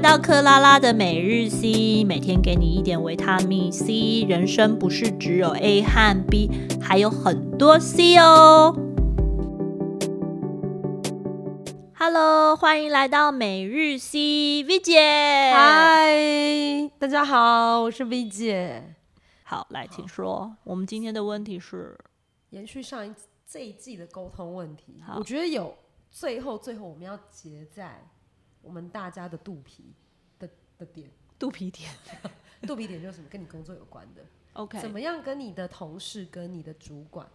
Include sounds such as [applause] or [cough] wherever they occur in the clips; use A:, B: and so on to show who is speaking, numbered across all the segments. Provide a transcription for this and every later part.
A: 到克拉拉的每日 C，每天给你一点维他命 C。人生不是只有 A 和 B，还有很多 C 哦。Hello，欢迎来到每日 C，V 姐。
B: 嗨，大家好，我是 V 姐。
A: 好，来，请说。我们今天的问题是，
B: 延续上一季这一季的沟通问题，
A: 好
B: 我觉得有最后最后我们要结在我们大家的肚皮的的 [laughs] 点，
A: 肚皮点。
B: 肚皮点就是什么？跟你工作有关的，
A: OK，
B: 怎么样跟你的同事、跟你的主管，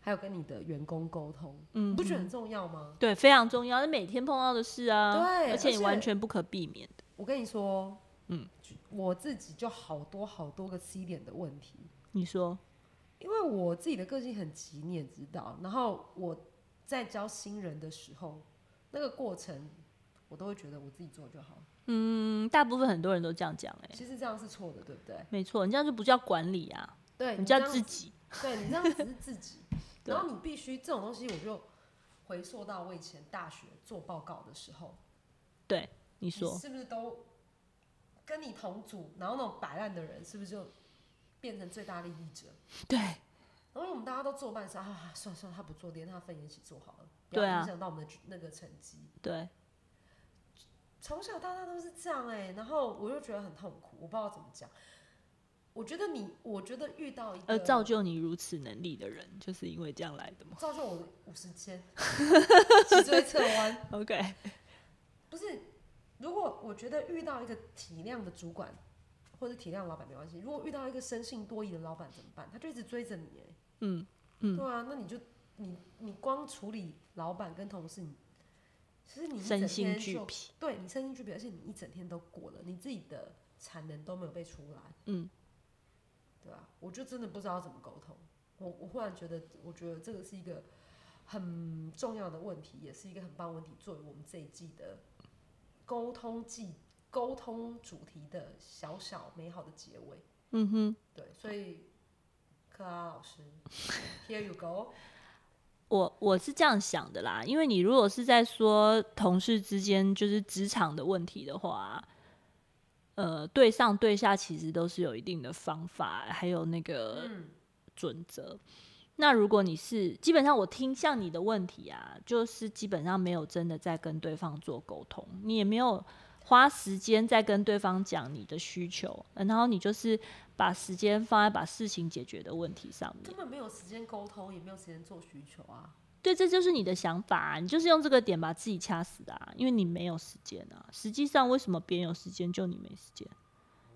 B: 还有跟你的员工沟通，
A: 嗯
B: 你不觉得
A: 哼
B: 很重要吗？
A: 对，非常重要，是每天碰到的事啊。
B: 对
A: 而且你
B: 而且
A: 完全不可避免的。
B: 我跟你说，
A: 嗯
B: 嗯，我自己就好多好多个 C 点的问题，
A: 你说，
B: 因为我自己的个性很急，你也知道。然后我在教新人的时候，那个过程我都会觉得我自己做就好。
A: 嗯，大部分很多人都这样讲、欸，
B: 其实这样是错的，对不对？
A: 没错，你这样就不叫管理啊，
B: 对，
A: 你
B: 这
A: 叫
B: 样
A: 自，己。
B: 对你这样只是自
A: [laughs]
B: 己。
A: 对
B: 然后你必须这种东西，我就回溯到我以前大学做报告的时候，
A: 对，你
B: 你
A: 说，
B: 是不是都跟你同组，然后那种摆烂的人，是不是就变成最大利益者？
A: 对，
B: 然后我们大家都做半晌啊，算了算了，他不做，连他分也一起做好了，不
A: 对啊
B: 要影响到我们的那个成绩。
A: 对，
B: 从小到大都是这样哎、然后我就觉得很痛苦，我不知道怎么讲。我觉得你，我觉得遇到一个
A: 而造就你如此能力的人，就是因为这样来的嘛。
B: 造就我的五十肩，脊椎侧弯，
A: OK，
B: 不是。如果我觉得遇到一个体谅的主管或者体谅的老板没关系，如果遇到一个生性多疑的老板怎么办？他就一直追着你哎、
A: 嗯，
B: 对啊，那你就你你光处理老板跟同事，你其实你一整
A: 身心
B: 天
A: 俱
B: 就
A: 疲。
B: 对你身心俱疲，而且你一整天都过了，你自己的产能都没有被出来，
A: 嗯，
B: 对吧、我就真的不知道怎么沟通。我我忽然觉得，我觉得这个是一个很重要的问题，也是一个很棒的问题，作为我们这一季的沟通季沟通主题的小小美好的结尾。
A: 嗯哼，
B: 对，所以克拉老师，Here you go。
A: 我我是这样想的啦，因为你如果是在说同事之间就是职场的问题的话，呃，对上对下其实都是有一定的方法，还有那个
B: 嗯
A: 准则。那如果你是基本上我听像你的问题啊，就是基本上没有真的在跟对方做沟通，你也没有花时间在跟对方讲你的需求，然后你就是把时间放在把事情解决的问题上面
B: 根。本没有时间沟通，也没有时间做需求啊。
A: 对，这就是你的想法啊、你就是用这个点把自己掐死的、啊，因为你没有时间啊。实际上，为什么别人有时间就你没时间？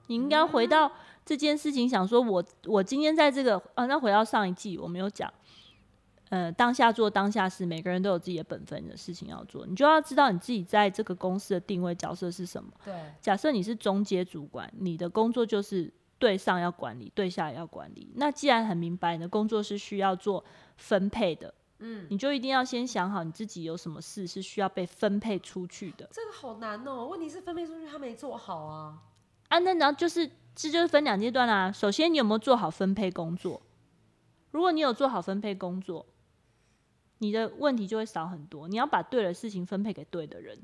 A: 你应该回到这件事情，想说我我今天在这个啊，那回到上一季我们有讲，呃，当下做当下事，每个人都有自己的本分的事情要做，你就要知道你自己在这个公司的定位角色是什么。
B: 对，
A: 假设你是中阶主管，你的工作就是对上要管理，对下也要管理。那既然很明白你的工作是需要做分配的，
B: 嗯，
A: 你就一定要先想好你自己有什么事是需要被分配出去的
B: 这个好难哦。问题是分配出去他没做好啊。
A: 啊。那然后就是这就是分两阶段啦、首先，你有没有做好分配工作？如果你有做好分配工作，你的问题就会少很多。你要把对的事情分配给对的人。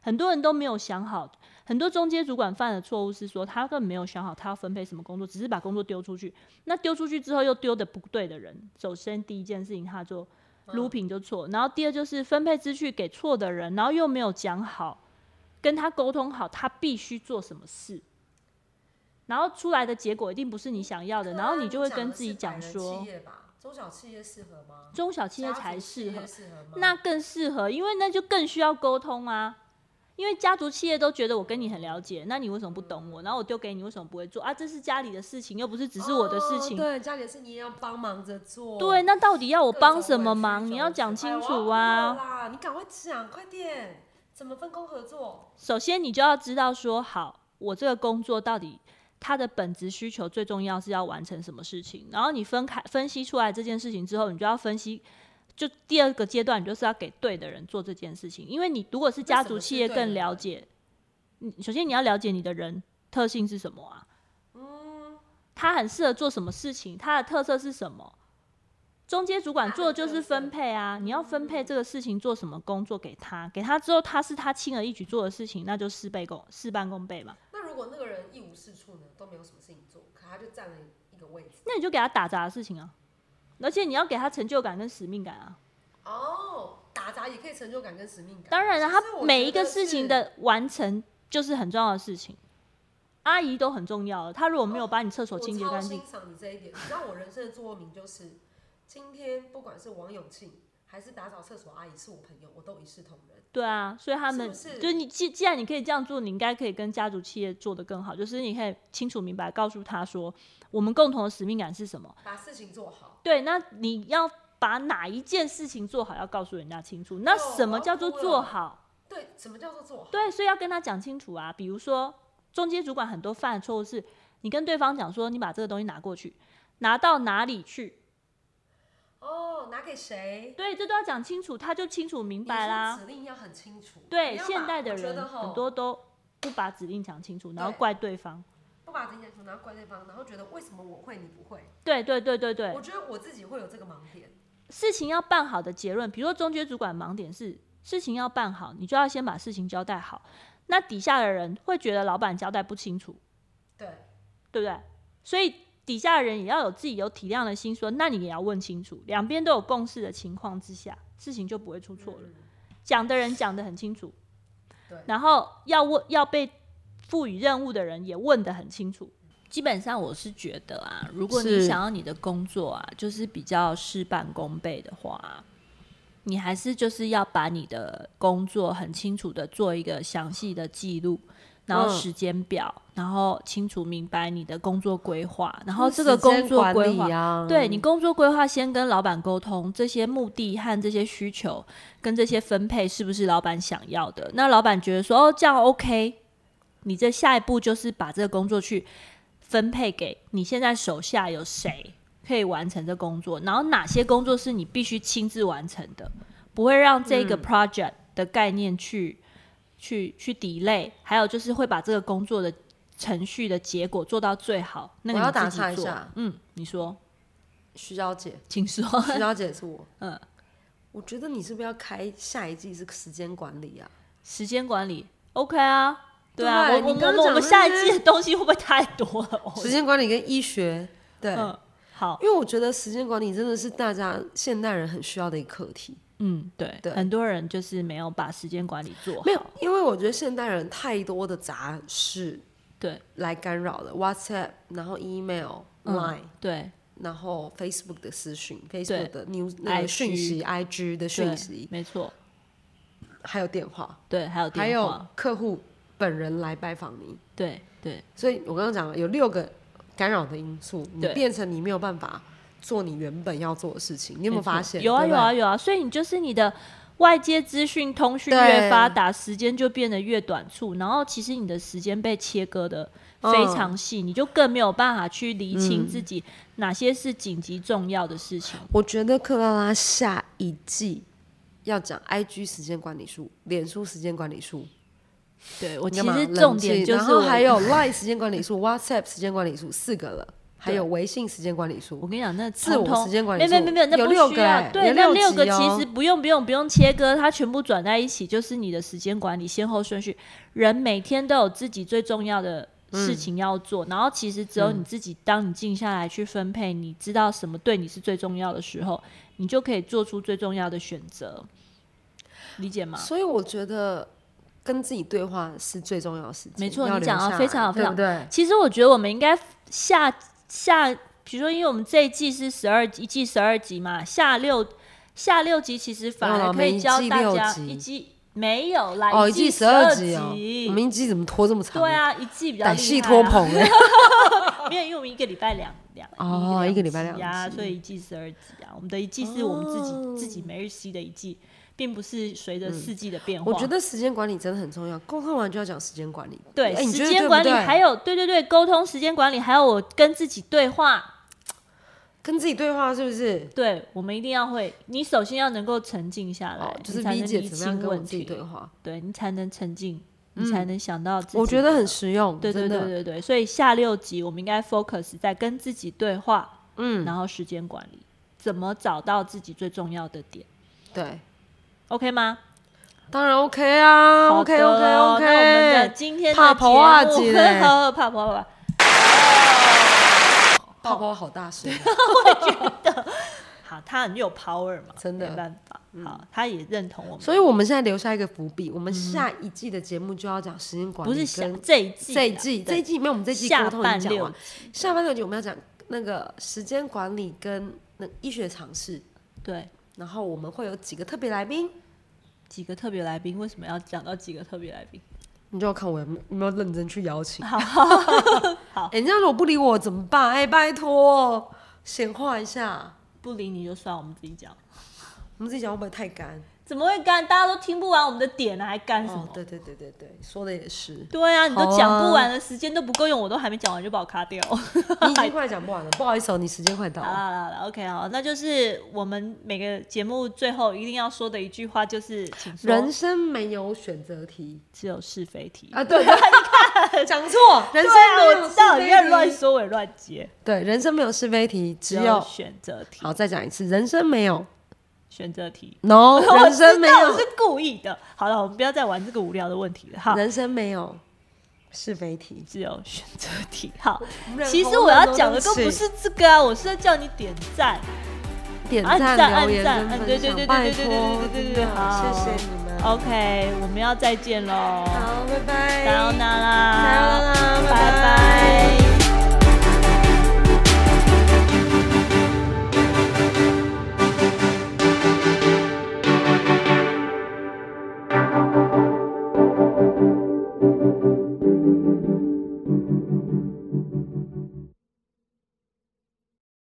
A: 很多人都没有想好，很多中间主管犯的错误是说，他根本没有想好他要分配什么工作，只是把工作丢出去。那丢出去之后又丢的不对的人，首先第一件事情他就
B: 嗯
A: looping 就错，然后第二就是分配资讯给错的人，然后又没有讲好，跟他沟通好他必须做什么事，然后出来的结果一定不是你想要的，
B: 克拉
A: 然后你就会
B: 讲的
A: 跟自己
B: 是百
A: 讲
B: 人
A: 说
B: 企，业吧，中小企业适合吗？
A: 中小企业才
B: 家族
A: 适
B: 企
A: 合
B: 业，适合吗？
A: 那更适合，因为那就更需要沟通啊。因为家族企业都觉得我跟你很了解，那你为什么不懂我？然后我丢给你，为什么不会做啊？这是家里的事情，又不是只是我的事情。
B: 哦对，家里的事你也要帮忙着做。
A: 对，那到底要我
B: 各种委屈，
A: 帮什么忙？
B: 种
A: 你要讲
B: 委屈
A: 清
B: 哎我
A: 楚
B: 要哭
A: 啊！
B: 了啦，你赶快讲，快点，怎么分工合作？
A: 首先你就要知道说，好，我这个工作到底它的本质需求最重要是要完成什么事情，然后你分开分析出来这件事情之后，你就要分析。就第二个阶段，你就是要给对的人做这件事情，因为你如果是家族企业
B: 为
A: 更
B: 什么是对的人
A: 了解，你首先你要了解你的人特性是什么啊，
B: 嗯，
A: 他很适合做什么事情，他的特色是什么，中间主管做的就是分配啊，你要分配这个事情做什么工作给他，给他之后他是他轻而易举做的事情，那就事倍功事半功倍嘛。
B: 那如果那个人一无是处呢，都没有什么事情做，可他就占了一个位置。
A: 那你就给他打杂的事情啊，而且你要给他成就感跟使命感啊。
B: 哦，打杂也可以成就感跟使命感。
A: 当然了，啊
B: 其
A: 他
B: 实我
A: 每
B: 觉
A: 一个
B: 得
A: 事情
B: 是
A: 的完成就是很重要的事情。阿姨都很重要的，她如果没有把你厕所清洁干净
B: 我，超欣赏你这一点。你知道我人生的座右铭就是：今天不管是王永庆还是打扫厕所阿姨是我朋友，我都一视同仁。
A: 对啊，所以他们
B: 是不是
A: 就是你既既然你可以这样做，你应该可以跟家族企业做得更好，就是你可以清楚明白告诉他说，我们共同的使命感是什么。
B: 把事情做好。
A: 对，那你要把哪一件事情做好，要告诉人家清楚。那
B: 哦
A: 什么
B: 我要
A: 叫做
B: 哭
A: 做
B: 了
A: 好？
B: 对，什么叫做做好？
A: 对，所以要跟他讲清楚啊。比如说，中间主管很多犯的错误是，你跟对方讲说，你把这个东西拿过去，拿到哪里去？
B: 哦，拿给谁？
A: 对，这都要讲清楚，他就清楚明
B: 你
A: 白
B: 说
A: 啦。
B: 指令要很清楚。
A: 对，
B: 你要
A: 现
B: 把
A: 代的
B: 我觉得
A: 人
B: 吼
A: 很多都不把指令讲清楚，然后
B: 对
A: 怪对方。
B: 不把自己讲清楚，然后怪对方，然后觉得为什么我会你不会？
A: 对对对对对
B: 我，觉得我自己会有这个盲点。
A: 事情要办好的结论，比如说中间主管盲点是事情要办好，你就要先把事情交代好。那底下的人会觉得老板交代不清楚，
B: 对，
A: 对不对？所以底下的人也要有自己有体谅的心说那你也要问清楚，两边都有共识的情况之下，事情就不会出错了。
B: 嗯
A: 讲的人讲得很清楚，
B: 对
A: 然后要问要被赋予任务的人也问得很清楚。基本上我是觉得啊，如果你
B: 是
A: 想要你的工作啊，就是比较事半功倍的话啊，你还是就是要把你的工作很清楚的做一个详细的记录，然后
B: 嗯
A: 时间表，然后清楚明白你的工作规划，然后这个工作规划
B: 啊
A: 对你工作规划，先跟老板沟通这些目的和这些需求，跟这些分配是不是老板想要的？那老板觉得说哦这样 OK，你这下一步就是把这个工作去分配给你现在手下有谁可以完成这工作，然后哪些工作是你必须亲自完成的，不会让这
B: 嗯
A: 个 project 的概念去、去去 delay，还有就是会把这个工作的。程序的结果做到最好，那个
B: 我要
A: 你自
B: 打
A: 己
B: 岔一
A: 做
B: 下
A: 嗯，你说。
B: 徐小姐，
A: 请
B: [laughs]
A: 说。
B: 徐小姐是我。
A: 哦嗯，
B: 我觉得你是不是要开下一季是时间管理啊？
A: 时间管理，OK 啊，对啊，
B: 对
A: 我我
B: 你刚
A: 们
B: 刚
A: 我们
B: 讲的
A: 下一
B: 是
A: 季的东西会不会太多了？哦我 [laughs]
B: 时间管理跟医学，对，
A: 嗯，好，
B: 因为我觉得时间管理真的是大家现代人很需要的一个课题。
A: 嗯，对，
B: 对
A: 很多人就是没有把时间管理做好，
B: 没有，因为我觉得现代人太多的杂事
A: 对
B: 来干扰了，WhatsApp，然后 email、
A: 嗯
B: Line，
A: 对
B: 然后 Facebook 的私讯，Facebook 的 news 那
A: IG
B: 个讯息，IG 的
A: 对
B: 讯息，
A: 没错，
B: 还有电话，
A: 对，还有
B: 还
A: 电
B: 有
A: 话，
B: 客户本人来拜访你。
A: 对对
B: 所以我刚刚讲了有六个干扰的因素，你
A: 对
B: 变成你没有办法做你原本要做的事情。你有没有发现？
A: 有啊
B: 对
A: 有
B: 不对
A: 啊。有啊，所以你就是你的。外界资讯通讯越
B: 对
A: 发达，时间就变得越短促，然后其实你的时间被切割的非
B: 嗯
A: 常细，你就更没有办法去厘清自己哪些是紧急重要的事情。
B: 我觉得克拉拉下一季要讲 IG 时间管理术、脸书时间管理术，
A: 对我
B: 你
A: 其
B: 干嘛
A: 实
B: 冷
A: 重点
B: 静
A: 就
B: 然
A: 是
B: 后
A: 我
B: 还
A: [laughs]
B: 有 Line 时间管理术、WhatsApp 时间管理术四个了，还有微信时间管理
A: 我
B: 术。
A: 跟你讲，那
B: 自
A: 通
B: 我
A: 通
B: 时间管理
A: 没没
B: 术
A: 没没，那
B: 有
A: 不
B: 六
A: 需
B: 个
A: 要。
B: 欸
A: 对，
B: 有
A: 那
B: 六
A: 六个
B: 集
A: 其
B: 哦
A: 实不用不用不用切割，它全部转在一起，就是你的时间管理先后顺序。人每天都有自己最重要的事
B: 嗯
A: 情要做，然后其实只有你自己，当你静下来去分配，你知道什么对你是最重要的时候，你就可以做出最重要的选择，理解吗？
B: 所以我觉得跟自己对话是最重要的事情。
A: 没错
B: 要
A: 你讲
B: 留
A: 得
B: 下
A: 非常好
B: 来
A: 非常
B: 对不对？
A: 其实我觉得我们应该下下，比如说，因为我们这一季是十二一季十二集嘛，下六下六集其实反
B: 没
A: 而
B: 有啦
A: 可以
B: 每一
A: 教
B: 季
A: 大
B: 六
A: 家
B: 集
A: 一季没有啦，
B: 哦，
A: 一
B: 一季
A: 啊十
B: 十二
A: 集
B: 集哦，我们一季怎么拖这么长？
A: 对，啊，一季比较
B: 歹
A: 厉
B: 戏
A: 害、
B: 拖，棚
A: [laughs]
B: 哎。
A: 没有，因为我们一个礼拜两两
B: 哦一个礼拜两
A: 集啊，
B: 集
A: 所以一季十二集啊，我们的一季是我们自己、
B: 哦
A: 自己每日吸的一季，并不是随着四季的变化。
B: 我觉得时间管理真的很重要，沟通完就要讲时间管理。
A: 对，
B: 哎你觉
A: 时
B: 得
A: 间
B: 对不
A: 管理
B: 对
A: 还有对对对沟通时间管理，还有我跟自己对话，
B: 跟自己对话是不是？
A: 对，我们一定要会。你首先要能够沉静下来，
B: 哦，就是
A: 哎你才
B: V
A: 能
B: 姐
A: 理
B: 怎么样
A: 清
B: 跟我
A: 问
B: 自
A: 题，
B: 己对话？
A: 对你才能沉静，你才能想到自己。
B: 我觉得很实用，
A: 对对
B: 真
A: 对
B: 的
A: 对对，所以下六集我们应该 focus 在跟自己对话，
B: 嗯，
A: 然后时间管理。怎么找到自己最重要的点
B: 对，
A: ，OK 吗？
B: 当然 OK 啊
A: 好的
B: ，OK OK
A: 哦
B: OK。
A: 那我们的今天的
B: 怕婆啊
A: 节目
B: 姐嘞
A: 好 [laughs] 怕啊婆吧。
B: 泡泡好
A: [laughs]
B: 大声啊，
A: 好，他很有 power 嘛，
B: 真的嗯
A: 没办法。好，他也认同我们，
B: 所以我们现在留下一个伏笔，我们下一季的节目就要讲时间管
A: 嗯
B: 理，
A: 不是想这一季啦，啊
B: 这一季，这
A: 对
B: 一季没有，我们这一季
A: 下
B: 沟通已
A: 半
B: 经讲
A: 六
B: 完，下半六集我们要讲那个时间管理跟那医学常识，
A: 对
B: 然后我们会有几个特别来宾，
A: 几个特别来宾，为什么要讲到几个特别来宾？
B: 你就要看我有没有有没有认真去邀请。
A: [laughs]
B: 好，好，哎，你这样如果不理我怎么办？哎，拜托，显化一下，
A: 不理你就算，我们自己讲。
B: 我们自己讲会不会太干？
A: 怎么会干？大家都听不完我们的点啊，还干什么？
B: 哦，对对对对对，说的也是，
A: [laughs] 对啊，你
B: 好
A: 都
B: 啊
A: 讲不完了，时间都不够用，我都还没讲完就把我卡
B: [laughs]
A: 掉。
B: 你已经快讲不完了，不好意思哦，你时间快到
A: 好
B: 了。
A: 啦好啦 o k 好，那就是我们每个节目最后一定要说的一句话，就是请说
B: 人生没有选
A: [laughs]
B: 择题
A: 只有是非题。
B: 啊！对，
A: [laughs]
B: 对讲错，
A: 对
B: 人生
A: 啊，
B: 没
A: 我
B: 有
A: 知道你在乱
B: 是非题。
A: 说，我也乱接，
B: 对，人生没有啊是哦非题，只
A: 有
B: 有
A: 选择题。
B: 好再讲一次，人生没有
A: 选择题，
B: no，人生没
A: [laughs] 我知道我
B: 有
A: 是，故意的。好了，我们不要再玩这个无聊的问题了。哈，
B: 人生没有是非题。
A: 只有选择题。好，
B: 们俩
A: 其实
B: 好
A: 我
B: 冷
A: 要
B: 哦
A: 讲
B: 对
A: 的
B: 不
A: 都不
B: 起
A: 是这个啊，我是在叫你点赞。
B: 点
A: 按赞
B: 赞、留言
A: 按赞按
B: 跟分
A: 对对对
B: 享，
A: 对
B: 拜
A: 对对
B: 托
A: 对对对对，
B: 真的
A: 好
B: 谢谢你们。
A: OK，我们要再见喽，
B: 好，拜拜，
A: 撒由那拉，
B: 撒由那拉拜
A: 拜
B: 拜
A: 拜。